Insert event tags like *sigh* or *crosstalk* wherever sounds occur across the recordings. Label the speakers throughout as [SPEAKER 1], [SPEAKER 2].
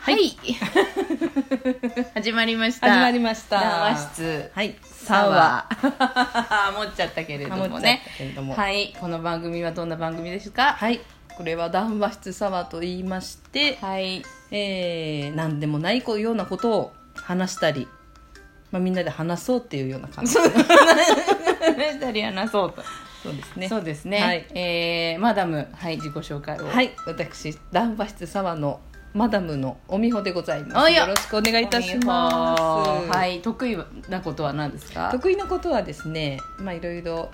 [SPEAKER 1] はい *laughs* 始まりました
[SPEAKER 2] 始まりました
[SPEAKER 1] 談話室
[SPEAKER 2] はい
[SPEAKER 1] サ
[SPEAKER 2] サワ
[SPEAKER 1] ワー *laughs* 持っちゃったけれど
[SPEAKER 2] ー
[SPEAKER 1] もね
[SPEAKER 2] けれどもはい、
[SPEAKER 1] はいこの番組はどんな番組ですか
[SPEAKER 2] これは談話室サワーと言いまして、
[SPEAKER 1] *laughs* はい
[SPEAKER 2] えー、何でもないようなことを話したり、まあ、みんなで話そうっていうような感じそう
[SPEAKER 1] 話したり話そうと、
[SPEAKER 2] ですね
[SPEAKER 1] そうですね、
[SPEAKER 2] はい
[SPEAKER 1] えーマダムはい自己紹介を
[SPEAKER 2] はい私談話室サワーのマダムのおみほでございま
[SPEAKER 1] あ
[SPEAKER 2] す
[SPEAKER 1] いや
[SPEAKER 2] よろしくお願いいたし
[SPEAKER 1] お
[SPEAKER 2] ます
[SPEAKER 1] みほはい得意なことは何ですか
[SPEAKER 2] 得意なことはですねまあいろいろ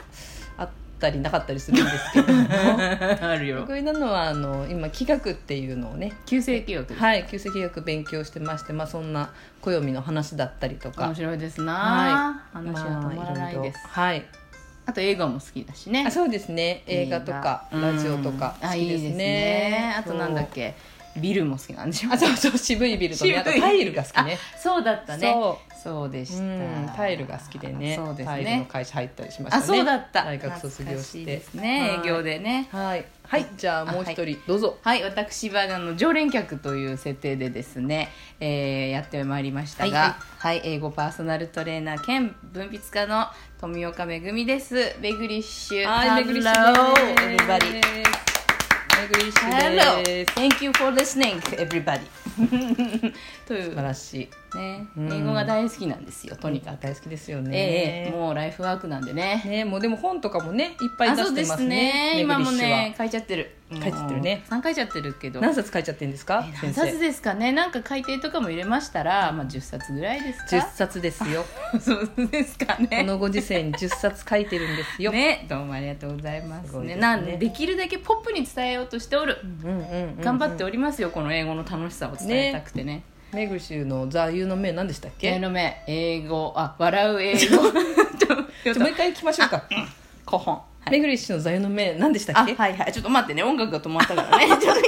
[SPEAKER 2] あったりなかったりするんですけど
[SPEAKER 1] *laughs*
[SPEAKER 2] *laughs*
[SPEAKER 1] ある
[SPEAKER 2] 得意なのはあの今気学っていうのをね
[SPEAKER 1] 旧世記憶
[SPEAKER 2] はい旧世気学勉強してまして、まあ、そんな暦の話だったりとか
[SPEAKER 1] 面白いですな、
[SPEAKER 2] はい
[SPEAKER 1] 話は止まらないです、
[SPEAKER 2] まあいろいろ
[SPEAKER 1] あと映画も好きだしね
[SPEAKER 2] はいあそうですね映画とか
[SPEAKER 1] 映画
[SPEAKER 2] ラジオとか
[SPEAKER 1] うん
[SPEAKER 2] 好
[SPEAKER 1] あ
[SPEAKER 2] き
[SPEAKER 1] いい
[SPEAKER 2] で
[SPEAKER 1] です
[SPEAKER 2] ね,そう、
[SPEAKER 1] すねあとなんだっけビルも好きなんでしょ
[SPEAKER 2] あそうそう渋いビルとねあとタイルが好きね
[SPEAKER 1] あそうだったね
[SPEAKER 2] そ
[SPEAKER 1] そうでし
[SPEAKER 2] うん
[SPEAKER 1] た
[SPEAKER 2] タイルが好きでね
[SPEAKER 1] そうです
[SPEAKER 2] タイルの
[SPEAKER 1] ね
[SPEAKER 2] 会社入ったりしました
[SPEAKER 1] あ
[SPEAKER 2] ね
[SPEAKER 1] そうだった
[SPEAKER 2] 大学卒業
[SPEAKER 1] 懐かい
[SPEAKER 2] して
[SPEAKER 1] ですね
[SPEAKER 2] はい
[SPEAKER 1] 営業でね
[SPEAKER 2] はい、はい、じゃあもう一人、
[SPEAKER 1] は
[SPEAKER 2] どうぞ
[SPEAKER 1] はい私はあの常連客という設定でですね、えーやってまいりましたが、はい英語パーソナルトレーナー兼文筆家の富岡めぐみですベグリッシュ
[SPEAKER 2] はいめぐりし
[SPEAKER 1] Hello
[SPEAKER 2] です
[SPEAKER 1] everybody
[SPEAKER 2] めぐりし
[SPEAKER 1] Hello
[SPEAKER 2] です
[SPEAKER 1] Thank you for listening everybody *laughs* とい
[SPEAKER 2] 素
[SPEAKER 1] う
[SPEAKER 2] 晴らしい
[SPEAKER 1] ね、
[SPEAKER 2] うん
[SPEAKER 1] 英語が大好きなんですよとにかく、
[SPEAKER 2] 大好きですよ
[SPEAKER 1] ええ
[SPEAKER 2] ね
[SPEAKER 1] もうライフワークなんでね
[SPEAKER 2] ねもうでも本とかもねいっぱい
[SPEAKER 1] あ
[SPEAKER 2] 出
[SPEAKER 1] そう
[SPEAKER 2] して
[SPEAKER 1] で
[SPEAKER 2] ますす
[SPEAKER 1] ね
[SPEAKER 2] ね
[SPEAKER 1] 今も
[SPEAKER 2] めぐりしは
[SPEAKER 1] ね書いちゃってる
[SPEAKER 2] 書いちゃってるね
[SPEAKER 1] 3書いちゃってるけど
[SPEAKER 2] 何冊書いちゃってるんですか
[SPEAKER 1] え何
[SPEAKER 2] 先
[SPEAKER 1] 冊
[SPEAKER 2] 生
[SPEAKER 1] ですかねなんか改訂とかも入れましたら、まあ、10冊ぐらいです
[SPEAKER 2] 10
[SPEAKER 1] か
[SPEAKER 2] 冊ですよ
[SPEAKER 1] *laughs* そうですか
[SPEAKER 2] こ
[SPEAKER 1] ね
[SPEAKER 2] のご時世に10冊書いてるんですよ、
[SPEAKER 1] ねどうもありがとうございます
[SPEAKER 2] すごい
[SPEAKER 1] ね
[SPEAKER 2] ですね
[SPEAKER 1] なんでできるだけポップに伝え *laughs* ようとしておる、
[SPEAKER 2] うんうんうんうん
[SPEAKER 1] 頑張っておりますよこの英語の楽しさを伝えたくてね
[SPEAKER 2] めぐりしゅうの座右の銘何でしたっ
[SPEAKER 1] 目
[SPEAKER 2] け
[SPEAKER 1] の目英語あ笑う英語ちょっ
[SPEAKER 2] ち
[SPEAKER 1] と
[SPEAKER 2] ょもう一回行きましょうか、
[SPEAKER 1] 古本
[SPEAKER 2] めぐりしゅうの座右の銘何でした
[SPEAKER 1] あ
[SPEAKER 2] っけ、
[SPEAKER 1] はいはいちょっと待ってね音楽が止まったからねちょっと一旦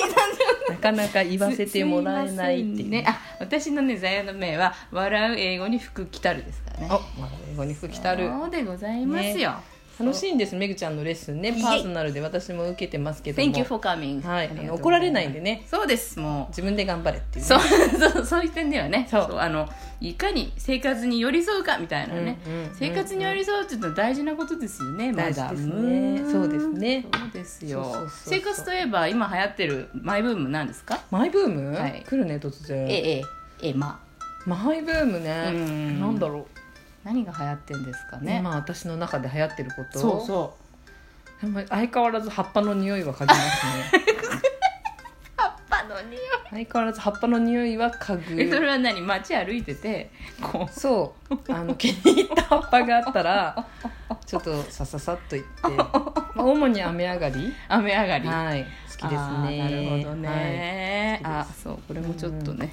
[SPEAKER 2] なかなか言わせてもらえないって
[SPEAKER 1] すませ
[SPEAKER 2] いう
[SPEAKER 1] んねあ私のね座右の銘は「笑う英語に服着たる」ですからね
[SPEAKER 2] あまあ英語に服着たる
[SPEAKER 1] そうでございますよ、
[SPEAKER 2] 楽しいんですめぐちゃんのレッスンね
[SPEAKER 1] えいえ
[SPEAKER 2] パーソナルで私も受けてますけども
[SPEAKER 1] Thank you for coming
[SPEAKER 2] はい
[SPEAKER 1] ありがとうござます
[SPEAKER 2] 怒られないんでね
[SPEAKER 1] そうですも
[SPEAKER 2] 自分で頑張れっていうう
[SPEAKER 1] そう *laughs* そうそういう点ではね
[SPEAKER 2] そう
[SPEAKER 1] あのいかに生活に寄り添うかみたいなね、
[SPEAKER 2] うんうんうんうん
[SPEAKER 1] 生活に寄り添うっていうのは大事なことですよね
[SPEAKER 2] 大事
[SPEAKER 1] まだ
[SPEAKER 2] ですね
[SPEAKER 1] うん
[SPEAKER 2] そうですね
[SPEAKER 1] そうですよ
[SPEAKER 2] そうそうそうそう
[SPEAKER 1] 生活といえば今流行ってるマイブームなんですか、
[SPEAKER 2] マイブーム、
[SPEAKER 1] はい
[SPEAKER 2] 来るね突然
[SPEAKER 1] ええええまあ
[SPEAKER 2] マイブームね
[SPEAKER 1] うん
[SPEAKER 2] なんだろ
[SPEAKER 1] 何が流行ってんですか
[SPEAKER 2] う、
[SPEAKER 1] ね、
[SPEAKER 2] 今私の中で流行ってること
[SPEAKER 1] そうそう
[SPEAKER 2] でも相変わらず葉っぱの匂いは嗅ぎます
[SPEAKER 1] *laughs*
[SPEAKER 2] ね
[SPEAKER 1] 葉っぱの匂い
[SPEAKER 2] 相変わらず葉っぱの匂いは嗅
[SPEAKER 1] え
[SPEAKER 2] ぐ
[SPEAKER 1] それは何街歩いててこう
[SPEAKER 2] そうあの気に入った葉っぱがあったらちょっとさささっ
[SPEAKER 1] *laughs*
[SPEAKER 2] といって、まあ、主に雨上がり
[SPEAKER 1] 雨上がり
[SPEAKER 2] はい好きです
[SPEAKER 1] あ
[SPEAKER 2] ね
[SPEAKER 1] ーなるほど
[SPEAKER 2] はい
[SPEAKER 1] ね、
[SPEAKER 2] はい
[SPEAKER 1] あそうこれもちょっとね、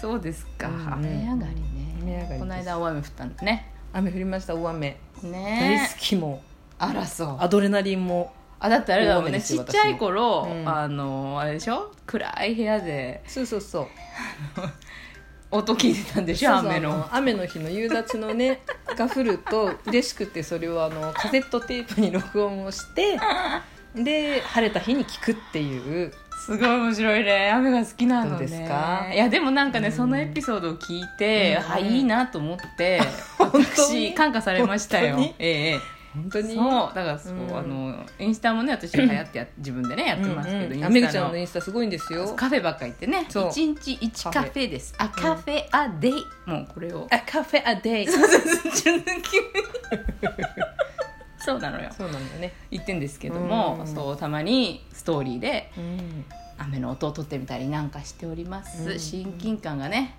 [SPEAKER 1] そうですか、
[SPEAKER 2] うんうん
[SPEAKER 1] 雨上がり
[SPEAKER 2] 雨
[SPEAKER 1] ね
[SPEAKER 2] 上がりです
[SPEAKER 1] この間大雨降ったんだね
[SPEAKER 2] 雨降りました大雨、大
[SPEAKER 1] ね
[SPEAKER 2] 好きも
[SPEAKER 1] あらそう
[SPEAKER 2] アドレナリンも
[SPEAKER 1] あだってあれだもん
[SPEAKER 2] 大雨
[SPEAKER 1] ね
[SPEAKER 2] です
[SPEAKER 1] ち
[SPEAKER 2] よ
[SPEAKER 1] っちゃい頃、
[SPEAKER 2] 私もうん
[SPEAKER 1] あのあれでしょ暗い部屋で
[SPEAKER 2] そうそうそう
[SPEAKER 1] 音聞いてたんでしょ
[SPEAKER 2] そうそう
[SPEAKER 1] 雨の
[SPEAKER 2] あ雨の日の夕立のね *laughs* が降ると嬉しくてそれをあのカセットテープに録音をしてで晴れた日に聞くっていう
[SPEAKER 1] すごい面白いね雨が好きなのね
[SPEAKER 2] どうですか
[SPEAKER 1] いやでもなんかね、
[SPEAKER 2] うん
[SPEAKER 1] そのエピソードを聞いて、
[SPEAKER 2] うん
[SPEAKER 1] あいいなと思って
[SPEAKER 2] *laughs* 本当に
[SPEAKER 1] 私感化されましたよ
[SPEAKER 2] 本当に
[SPEAKER 1] ええ
[SPEAKER 2] 本当に
[SPEAKER 1] そうだからそう、
[SPEAKER 2] うん
[SPEAKER 1] あのインスタもね私流行ってや自分でねやってますけど、
[SPEAKER 2] うん
[SPEAKER 1] インス
[SPEAKER 2] う
[SPEAKER 1] タ
[SPEAKER 2] ん、めぐちゃんのインスタすごいんですよ
[SPEAKER 1] カフェばっか行ってね
[SPEAKER 2] そう
[SPEAKER 1] 一日一カフェですあカフェアデイ、もうこれを
[SPEAKER 2] あカフェアデイ
[SPEAKER 1] そうなのよ
[SPEAKER 2] そうなんだよね、
[SPEAKER 1] 行ってんですけども、
[SPEAKER 2] うん
[SPEAKER 1] そうたまにストーリーで
[SPEAKER 2] うん、
[SPEAKER 1] 雨の音を撮ってみたりなんかしております、
[SPEAKER 2] うん
[SPEAKER 1] 親近感がね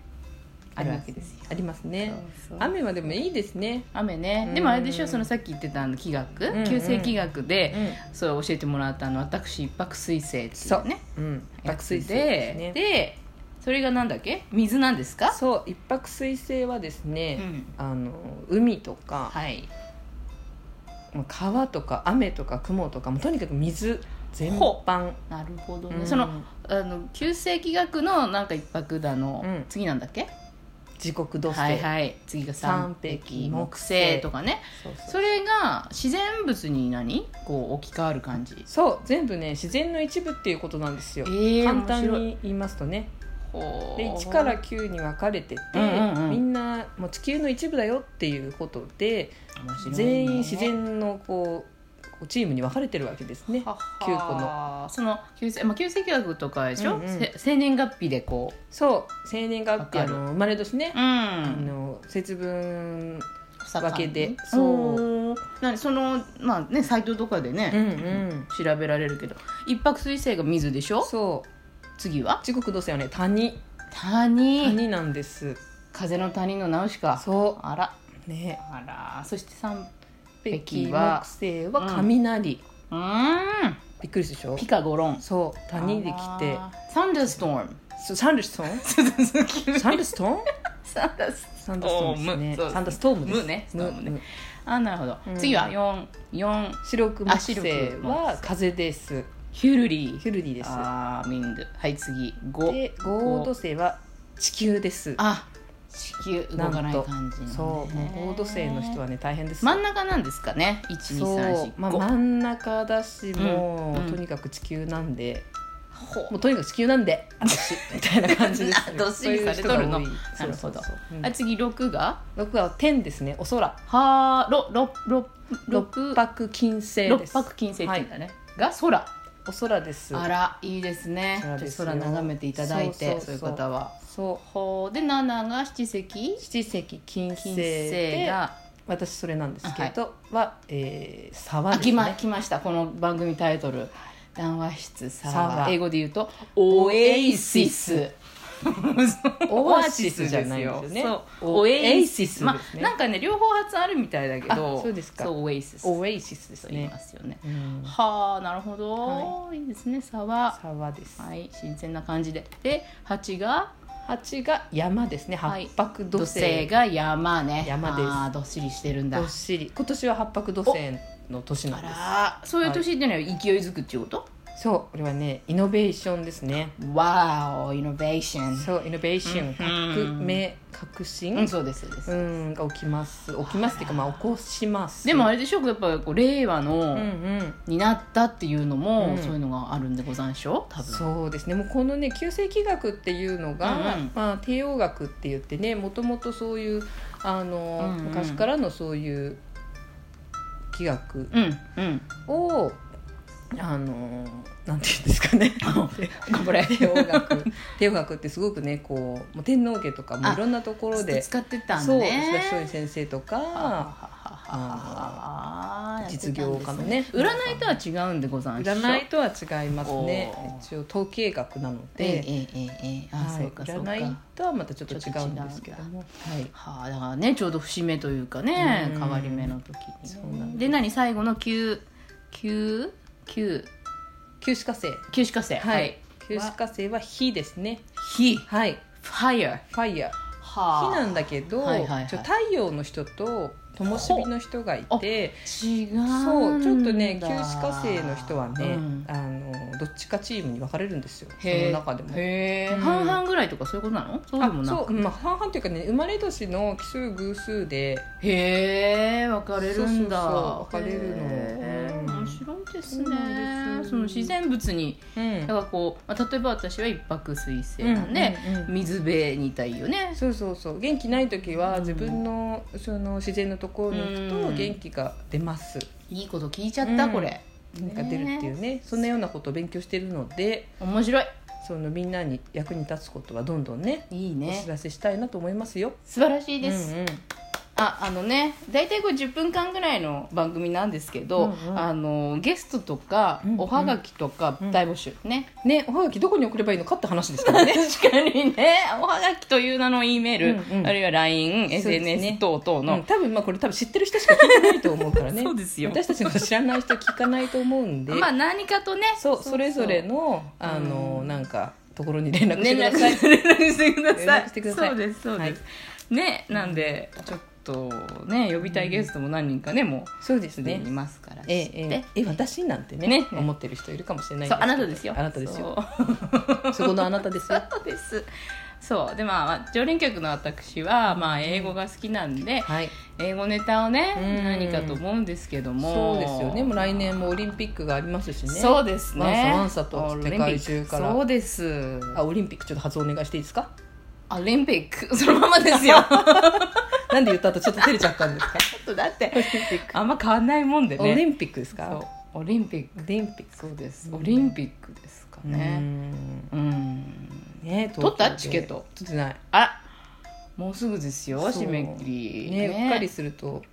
[SPEAKER 1] あるわけですよ
[SPEAKER 2] ありますね
[SPEAKER 1] そうそう
[SPEAKER 2] 雨はでもいいですね、
[SPEAKER 1] 雨
[SPEAKER 2] う
[SPEAKER 1] ね
[SPEAKER 2] ん
[SPEAKER 1] でもあれでしょそのさっき言ってたあの気学、
[SPEAKER 2] うんうん
[SPEAKER 1] 旧世気学
[SPEAKER 2] う
[SPEAKER 1] で、
[SPEAKER 2] ん
[SPEAKER 1] そう教えてもらったあの私一泊水星っていうね
[SPEAKER 2] うん、
[SPEAKER 1] 爆
[SPEAKER 2] 爆
[SPEAKER 1] 睡
[SPEAKER 2] 睡
[SPEAKER 1] で
[SPEAKER 2] 星ですね
[SPEAKER 1] でそれがなんだっけ水なんですか
[SPEAKER 2] そう一泊水星はです
[SPEAKER 1] う
[SPEAKER 2] ね、
[SPEAKER 1] ん
[SPEAKER 2] あの海とか、
[SPEAKER 1] はい
[SPEAKER 2] まあ川とか雨とか雲とかもうとにかく水全
[SPEAKER 1] ほ
[SPEAKER 2] 般
[SPEAKER 1] なるほど
[SPEAKER 2] う
[SPEAKER 1] ね
[SPEAKER 2] ん
[SPEAKER 1] そのあの旧世紀学のなんか一泊だの、
[SPEAKER 2] うん
[SPEAKER 1] 次なんだっけ
[SPEAKER 2] 時刻土星、
[SPEAKER 1] はいはい次が三
[SPEAKER 2] 三
[SPEAKER 1] 匹
[SPEAKER 2] 匹
[SPEAKER 1] 木
[SPEAKER 2] 木
[SPEAKER 1] 星
[SPEAKER 2] 星
[SPEAKER 1] とかね
[SPEAKER 2] そうそう
[SPEAKER 1] それが自然物に何こう置き換わる感じ
[SPEAKER 2] そう全部ね自然の一部っていうことなんですよ
[SPEAKER 1] ええ
[SPEAKER 2] 簡単
[SPEAKER 1] 面白い
[SPEAKER 2] に言いますとね
[SPEAKER 1] ほう
[SPEAKER 2] で1から9に分かれてて、
[SPEAKER 1] うんうんうん
[SPEAKER 2] みんなもう地球の一部だよっていうことで
[SPEAKER 1] 面白いね
[SPEAKER 2] 全員自然のこうこうチームに分かれてるわけですね
[SPEAKER 1] はは
[SPEAKER 2] 9個の
[SPEAKER 1] その旧世,、まあ、旧世紀学とかでしょ、
[SPEAKER 2] うんうん
[SPEAKER 1] せ生年月日でこ
[SPEAKER 2] そう生年月日
[SPEAKER 1] わか
[SPEAKER 2] あ
[SPEAKER 1] る
[SPEAKER 2] の生まれ年ね
[SPEAKER 1] う、う
[SPEAKER 2] あ
[SPEAKER 1] ん
[SPEAKER 2] の節分
[SPEAKER 1] わ
[SPEAKER 2] わけで
[SPEAKER 1] そ
[SPEAKER 2] そう
[SPEAKER 1] なんでそのまあねサイトとかで
[SPEAKER 2] うんう
[SPEAKER 1] ね、
[SPEAKER 2] ん
[SPEAKER 1] 調べられるけど一泊水星が水でしょ
[SPEAKER 2] そう
[SPEAKER 1] 次は
[SPEAKER 2] 時刻どうせはね谷
[SPEAKER 1] 谷
[SPEAKER 2] 谷なんです
[SPEAKER 1] 風の谷のナウシカ
[SPEAKER 2] そ
[SPEAKER 1] あら
[SPEAKER 2] うね
[SPEAKER 1] あらそして三
[SPEAKER 2] 北
[SPEAKER 1] 北
[SPEAKER 2] 京
[SPEAKER 1] 京は
[SPEAKER 2] 木星は雷、
[SPEAKER 1] うーん
[SPEAKER 2] びっくりしたでしょ
[SPEAKER 1] ピカゴロン
[SPEAKER 2] そう谷で来て
[SPEAKER 1] サンダーストーム
[SPEAKER 2] そうサンダーストーンサンダーストーン
[SPEAKER 1] サンダース
[SPEAKER 2] サンダーストームで
[SPEAKER 1] おーむ
[SPEAKER 2] すね
[SPEAKER 1] そうです
[SPEAKER 2] サンダーストームです
[SPEAKER 1] ムねスト
[SPEAKER 2] む
[SPEAKER 1] ームね
[SPEAKER 2] む
[SPEAKER 1] あなるほど、
[SPEAKER 2] うん
[SPEAKER 1] 次は四四
[SPEAKER 2] 白く木星
[SPEAKER 1] あ白く
[SPEAKER 2] は風です
[SPEAKER 1] ヒュルリ
[SPEAKER 2] ヒ
[SPEAKER 1] ー
[SPEAKER 2] ュルディです
[SPEAKER 1] あーミングはい次五
[SPEAKER 2] で合土星は地球です
[SPEAKER 1] あ地球動かない感じの、ね、
[SPEAKER 2] そうもう合土星の人はね大変です
[SPEAKER 1] 真ん中なんですかね一二三
[SPEAKER 2] そう
[SPEAKER 1] 四、
[SPEAKER 2] まあ、
[SPEAKER 1] 五
[SPEAKER 2] 真ん中だし
[SPEAKER 1] ん
[SPEAKER 2] もう、
[SPEAKER 1] うん
[SPEAKER 2] とにかく地球なんで
[SPEAKER 1] ほ
[SPEAKER 2] もうとにかく地球なんで
[SPEAKER 1] *laughs*
[SPEAKER 2] 私みたいな感じです
[SPEAKER 1] あ
[SPEAKER 2] ね
[SPEAKER 1] どっしりされとるの
[SPEAKER 2] そういう人が多
[SPEAKER 1] なる
[SPEAKER 2] い
[SPEAKER 1] ほど
[SPEAKER 2] そうそうそううん
[SPEAKER 1] あ次六が
[SPEAKER 2] 僕は天ですねお空
[SPEAKER 1] はあろろろ
[SPEAKER 2] 六
[SPEAKER 1] 六
[SPEAKER 2] 白金星で
[SPEAKER 1] 六
[SPEAKER 2] す
[SPEAKER 1] 白金星っていうんだね、が空
[SPEAKER 2] お空です
[SPEAKER 1] あらいいですね
[SPEAKER 2] 空
[SPEAKER 1] ちょ
[SPEAKER 2] で
[SPEAKER 1] っと
[SPEAKER 2] すよ
[SPEAKER 1] 空眺めていただいて
[SPEAKER 2] そ
[SPEAKER 1] そう
[SPEAKER 2] うそうそう
[SPEAKER 1] いう方は
[SPEAKER 2] そ
[SPEAKER 1] ほうで七が七石金
[SPEAKER 2] う七石金星
[SPEAKER 1] 星
[SPEAKER 2] で
[SPEAKER 1] が
[SPEAKER 2] 私それなんですけど、は、えー、沢
[SPEAKER 1] あ
[SPEAKER 2] です
[SPEAKER 1] きま
[SPEAKER 2] ね
[SPEAKER 1] 来ましたこの番組タイトル「談話室
[SPEAKER 2] サ
[SPEAKER 1] サ
[SPEAKER 2] ワ
[SPEAKER 1] 英語で言うと「オ
[SPEAKER 2] オ
[SPEAKER 1] エ
[SPEAKER 2] エ
[SPEAKER 1] イ
[SPEAKER 2] イ
[SPEAKER 1] シ
[SPEAKER 2] シ
[SPEAKER 1] ス
[SPEAKER 2] ス」
[SPEAKER 1] *laughs* オ
[SPEAKER 2] オ
[SPEAKER 1] ア
[SPEAKER 2] ア
[SPEAKER 1] シ
[SPEAKER 2] シ
[SPEAKER 1] ス
[SPEAKER 2] ス
[SPEAKER 1] じ
[SPEAKER 2] じ
[SPEAKER 1] ゃ
[SPEAKER 2] ゃ
[SPEAKER 1] な
[SPEAKER 2] ないい
[SPEAKER 1] んで
[SPEAKER 2] んですす
[SPEAKER 1] ね
[SPEAKER 2] ね
[SPEAKER 1] オエイシス
[SPEAKER 2] オエイシスです
[SPEAKER 1] ま
[SPEAKER 2] ね
[SPEAKER 1] あなんかね両方発あるみたいだけど
[SPEAKER 2] あそうですか
[SPEAKER 1] そうオエイシス
[SPEAKER 2] オエイシスです
[SPEAKER 1] と言い
[SPEAKER 2] ね
[SPEAKER 1] ま、すよね
[SPEAKER 2] うん、
[SPEAKER 1] はあなるほど、い、いですね差は
[SPEAKER 2] 沢です
[SPEAKER 1] はい新鮮な感じでで8が
[SPEAKER 2] 八が山ですね
[SPEAKER 1] はい
[SPEAKER 2] 八白
[SPEAKER 1] 土
[SPEAKER 2] 土星,、
[SPEAKER 1] 星が山ね
[SPEAKER 2] 山です
[SPEAKER 1] あーどっしりしてるんだ
[SPEAKER 2] どっしり今年は八白土星の年なんです
[SPEAKER 1] あらそういう年っていうのは勢いづくっていうこと、
[SPEAKER 2] そうこれはねイノベーションですね
[SPEAKER 1] わおイノベーション
[SPEAKER 2] そうイノベーション
[SPEAKER 1] うん
[SPEAKER 2] 革命革新
[SPEAKER 1] うんそうですそうです、
[SPEAKER 2] うんが起きます起きますっていうかまあ起こします
[SPEAKER 1] でもあれでしょやっぱこう令和の、
[SPEAKER 2] うんうん
[SPEAKER 1] になったっていうのも、
[SPEAKER 2] うん
[SPEAKER 1] そういうのがあるんでござんしょ多分
[SPEAKER 2] そうですねもうこのね旧世紀学っていうのが、
[SPEAKER 1] うんうん
[SPEAKER 2] まあ、帝王学って言ってねもともとそういうあの、
[SPEAKER 1] うんうん
[SPEAKER 2] 昔からのそういう気学
[SPEAKER 1] うん *laughs* うん
[SPEAKER 2] をあのなんていうんです
[SPEAKER 1] *laughs*
[SPEAKER 2] かね
[SPEAKER 1] 頑張れ
[SPEAKER 2] 帝王学帝王学ってすごくねこうもう天皇家とかもいろんなところで
[SPEAKER 1] 使ってたん
[SPEAKER 2] そう吉田
[SPEAKER 1] ね
[SPEAKER 2] 松陰先生とか
[SPEAKER 1] あー
[SPEAKER 2] 実業家のね
[SPEAKER 1] 占いとは違うんでござんしょ
[SPEAKER 2] 占いとは違いますね
[SPEAKER 1] おー
[SPEAKER 2] 一応統計学なの
[SPEAKER 1] ええ
[SPEAKER 2] で、
[SPEAKER 1] ええええあ、
[SPEAKER 2] はい
[SPEAKER 1] そうかそうか
[SPEAKER 2] 占いとはまたちょっと違うんですけども、はい、
[SPEAKER 1] はあだからねちょうど節目というかね
[SPEAKER 2] うん
[SPEAKER 1] 変わり目の時
[SPEAKER 2] そう
[SPEAKER 1] に、
[SPEAKER 2] な
[SPEAKER 1] ね、
[SPEAKER 2] んです
[SPEAKER 1] で何最後の九九九
[SPEAKER 2] 旧歯科生
[SPEAKER 1] 九死火星
[SPEAKER 2] はい旧歯科生は火ですね
[SPEAKER 1] 火フ
[SPEAKER 2] はい
[SPEAKER 1] ァイア
[SPEAKER 2] ファイヤー火
[SPEAKER 1] は
[SPEAKER 2] なんだけど、
[SPEAKER 1] はいはいはい
[SPEAKER 2] ちょ太陽の人と灯火の人がいて
[SPEAKER 1] 違うんだ
[SPEAKER 2] そうちょっとね旧歯科生の人はね、
[SPEAKER 1] うん
[SPEAKER 2] あのどっちかチームに分かれるんですよそ
[SPEAKER 1] へ
[SPEAKER 2] の
[SPEAKER 1] え
[SPEAKER 2] 中でも。
[SPEAKER 1] へえ、
[SPEAKER 2] うん
[SPEAKER 1] 半々ぐらいとかそういうことなのそうでも
[SPEAKER 2] あ
[SPEAKER 1] な
[SPEAKER 2] そ
[SPEAKER 1] く
[SPEAKER 2] う、まあ、半々というかね生まれ年の奇数偶数で
[SPEAKER 1] へえ分かれるんだ
[SPEAKER 2] そうそうそう分かれるの
[SPEAKER 1] へえ
[SPEAKER 2] うん
[SPEAKER 1] 面白いです
[SPEAKER 2] そ
[SPEAKER 1] ね
[SPEAKER 2] うなん
[SPEAKER 1] そ
[SPEAKER 2] です
[SPEAKER 1] の自然物に
[SPEAKER 2] うん
[SPEAKER 1] だからこう、まあ、例えば私は一泊水星なんで、
[SPEAKER 2] うんうんうん
[SPEAKER 1] 水辺にいたいよね
[SPEAKER 2] そうそうそう元気ない時
[SPEAKER 1] う
[SPEAKER 2] は
[SPEAKER 1] ん
[SPEAKER 2] 自分のその自然のところに行く
[SPEAKER 1] う
[SPEAKER 2] と
[SPEAKER 1] ん
[SPEAKER 2] 元気が出ます、
[SPEAKER 1] いいこと聞いちゃった、
[SPEAKER 2] うん
[SPEAKER 1] これ
[SPEAKER 2] 元気が出るっていうねそんなようなことを勉強してるので
[SPEAKER 1] 面白い
[SPEAKER 2] そのみんなに役に立つことはどんどんね
[SPEAKER 1] いい
[SPEAKER 2] お
[SPEAKER 1] ね
[SPEAKER 2] 知らせしたいなと思いますよ。
[SPEAKER 1] 素晴らしいです、
[SPEAKER 2] うんうん
[SPEAKER 1] ああのね大体こう10分間ぐらいの番組なんですけど、
[SPEAKER 2] うんうん
[SPEAKER 1] あのゲストとか
[SPEAKER 2] うんうん
[SPEAKER 1] おはがきとか大募集ね、
[SPEAKER 2] ねおはがきどこに送ればいいのかって話ですからね。
[SPEAKER 1] *laughs* 確かにねおはがきという名の E メール、
[SPEAKER 2] うんうん
[SPEAKER 1] あるいは LINE、
[SPEAKER 2] そうですね
[SPEAKER 1] SNS 等々の、
[SPEAKER 2] うん多分まあこれ多分知ってる人しか聞いてないと思うから
[SPEAKER 1] *laughs*
[SPEAKER 2] ね
[SPEAKER 1] そうですよ
[SPEAKER 2] 私たちの知らない人は聞かないと思うんで、
[SPEAKER 1] まあ何かとね
[SPEAKER 2] そうそれぞれのあの、
[SPEAKER 1] うん
[SPEAKER 2] なんかところに連絡して
[SPEAKER 1] 連
[SPEAKER 2] く
[SPEAKER 1] 絡
[SPEAKER 2] ださい。
[SPEAKER 1] 連絡してください
[SPEAKER 2] 連絡してください
[SPEAKER 1] そうですそうです、ねなんでちょっとね呼びたいゲストも何人かねも
[SPEAKER 2] *laughs* そうで
[SPEAKER 1] う
[SPEAKER 2] す
[SPEAKER 1] すで
[SPEAKER 2] ね
[SPEAKER 1] にい。ますから
[SPEAKER 2] え
[SPEAKER 1] 知
[SPEAKER 2] え
[SPEAKER 1] っ
[SPEAKER 2] え
[SPEAKER 1] て
[SPEAKER 2] ええ私なんてね
[SPEAKER 1] ね
[SPEAKER 2] 思ってる人いるかもしれない
[SPEAKER 1] そう
[SPEAKER 2] け
[SPEAKER 1] あ
[SPEAKER 2] ど
[SPEAKER 1] なたですよ
[SPEAKER 2] あなたですよ
[SPEAKER 1] そう *laughs*
[SPEAKER 2] そこのあなたです
[SPEAKER 1] あな
[SPEAKER 2] よ
[SPEAKER 1] たですそうでまあまあ常連客の私は、まあ、英語が好きなんで、
[SPEAKER 2] はい、
[SPEAKER 1] 英語ネタをね、
[SPEAKER 2] うん
[SPEAKER 1] 何かと思うんですけども
[SPEAKER 2] そうですよねもう来年もオリンピックがありますしね
[SPEAKER 1] そうですね
[SPEAKER 2] ワンサワンサと世界中から
[SPEAKER 1] オリンピックそうです
[SPEAKER 2] あオリンピックちょっと発音お願いしていいですか *laughs*
[SPEAKER 1] あオリンピックそのままですよちょ
[SPEAKER 2] なんで言った後ちょっと照れちゃったんですか
[SPEAKER 1] っとだってあんま変わんないもんで
[SPEAKER 2] *laughs* オ
[SPEAKER 1] ね
[SPEAKER 2] リンピックです
[SPEAKER 1] そ
[SPEAKER 2] か
[SPEAKER 1] うオリンピック
[SPEAKER 2] オリンピック
[SPEAKER 1] そうです
[SPEAKER 2] うん
[SPEAKER 1] オリンピックですかね
[SPEAKER 2] ね
[SPEAKER 1] うん
[SPEAKER 2] ね東京で
[SPEAKER 1] 取ったチケット
[SPEAKER 2] 取ってない
[SPEAKER 1] あらもうすぐですよ
[SPEAKER 2] そう
[SPEAKER 1] 締め切り
[SPEAKER 2] ねうっかり
[SPEAKER 1] う
[SPEAKER 2] すると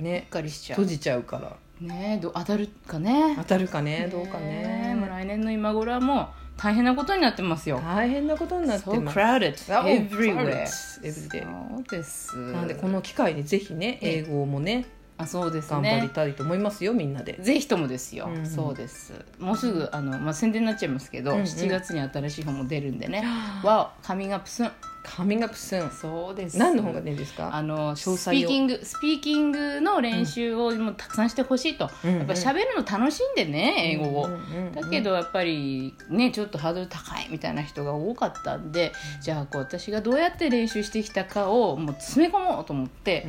[SPEAKER 1] っ
[SPEAKER 2] ね
[SPEAKER 1] かりしちゃ
[SPEAKER 2] 閉
[SPEAKER 1] う
[SPEAKER 2] じちゃうから
[SPEAKER 1] ねど当たるかね
[SPEAKER 2] 当たるかねどうか
[SPEAKER 1] えもう
[SPEAKER 2] ね
[SPEAKER 1] 来年の今頃はもう大変なことになってますよ
[SPEAKER 2] 大変なことになってます
[SPEAKER 1] crowded
[SPEAKER 2] あもう
[SPEAKER 1] everywhere
[SPEAKER 2] crowded everyday
[SPEAKER 1] そうです
[SPEAKER 2] なんでこの機会にぜひね
[SPEAKER 1] ええ
[SPEAKER 2] 英語もね
[SPEAKER 1] あそうです
[SPEAKER 2] 頑張り
[SPEAKER 1] ね
[SPEAKER 2] たいと思いますよみんなで
[SPEAKER 1] ぜひともですよ、
[SPEAKER 2] うん
[SPEAKER 1] そうですもうすぐあの、まあ、宣伝になっちゃいますけど、
[SPEAKER 2] うんうん
[SPEAKER 1] 7月に新しい本も出るんでね「わおカミングアップスン
[SPEAKER 2] カミングアップスーン」
[SPEAKER 1] そうです
[SPEAKER 2] 何の方が出るんですか
[SPEAKER 1] あの
[SPEAKER 2] 詳細を
[SPEAKER 1] スピーキングスピーキングの練習をもうたくさんしてほしいと、
[SPEAKER 2] うんうん
[SPEAKER 1] やっぱり喋るの楽しんでね英語を、
[SPEAKER 2] うんうんうんうん
[SPEAKER 1] だけどやっぱりねちょっとハードル高いみたいな人が多かったんでじゃあこう私がどうやって練習してきたかをもう詰め込もうと思って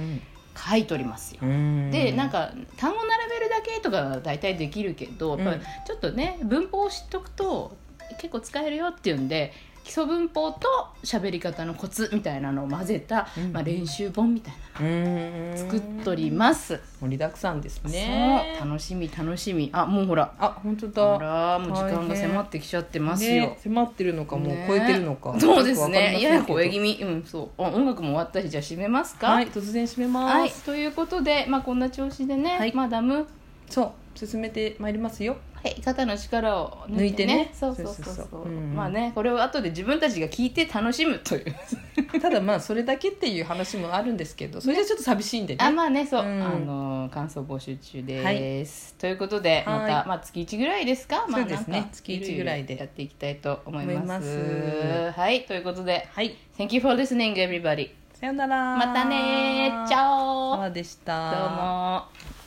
[SPEAKER 1] 書いとりますよ。でなん
[SPEAKER 2] か
[SPEAKER 1] か単語並べるだけとかは大体できるけどやっぱりちょっとね文法を知っとくと結構使えるよっていうんで基礎文法と喋り方のコツみたいなのを混ぜた、
[SPEAKER 2] うん
[SPEAKER 1] まあ、練習本みたいなの
[SPEAKER 2] 作
[SPEAKER 1] 作っとります。
[SPEAKER 2] 盛りだくさんです
[SPEAKER 1] ね
[SPEAKER 2] ね
[SPEAKER 1] 楽しみ楽しみあもうほら
[SPEAKER 2] あ本当だ
[SPEAKER 1] ほらもう時間が迫ってきちゃってますよ。
[SPEAKER 2] ね迫ってるのかもう
[SPEAKER 1] ね
[SPEAKER 2] 超えてるのか
[SPEAKER 1] *laughs* そうです
[SPEAKER 2] よくわかりませんけ
[SPEAKER 1] ね
[SPEAKER 2] ど
[SPEAKER 1] やや超え気味うんそうあ音楽も終わったしじゃあ締めますか
[SPEAKER 2] はい突然締めます、
[SPEAKER 1] はいということでまあこんな調子でね、
[SPEAKER 2] はい
[SPEAKER 1] マダム
[SPEAKER 2] そう進めてまいりますよ
[SPEAKER 1] はい肩の力を抜
[SPEAKER 2] 抜
[SPEAKER 1] い
[SPEAKER 2] い
[SPEAKER 1] て
[SPEAKER 2] て
[SPEAKER 1] ね
[SPEAKER 2] ね
[SPEAKER 1] そうそうそうそう
[SPEAKER 2] そうそうそううん
[SPEAKER 1] まあねこれを後で自分たちが聞いて楽しむという
[SPEAKER 2] ただまあそれだけっていう話もあるんですけどそれじゃちょっと寂しいんでね
[SPEAKER 1] あまあねそう、
[SPEAKER 2] うん
[SPEAKER 1] あの感想募集中です、ということでまた、
[SPEAKER 2] はい
[SPEAKER 1] まあ、月1ぐらいですかまあ
[SPEAKER 2] そうですね
[SPEAKER 1] なんか
[SPEAKER 2] 月一ぐらいで
[SPEAKER 1] やっていきたいと思います
[SPEAKER 2] 思います
[SPEAKER 1] はいということで
[SPEAKER 2] はい、
[SPEAKER 1] Thank you for listening everybody
[SPEAKER 2] さよなら
[SPEAKER 1] またねチャオ
[SPEAKER 2] 川でした
[SPEAKER 1] どうも。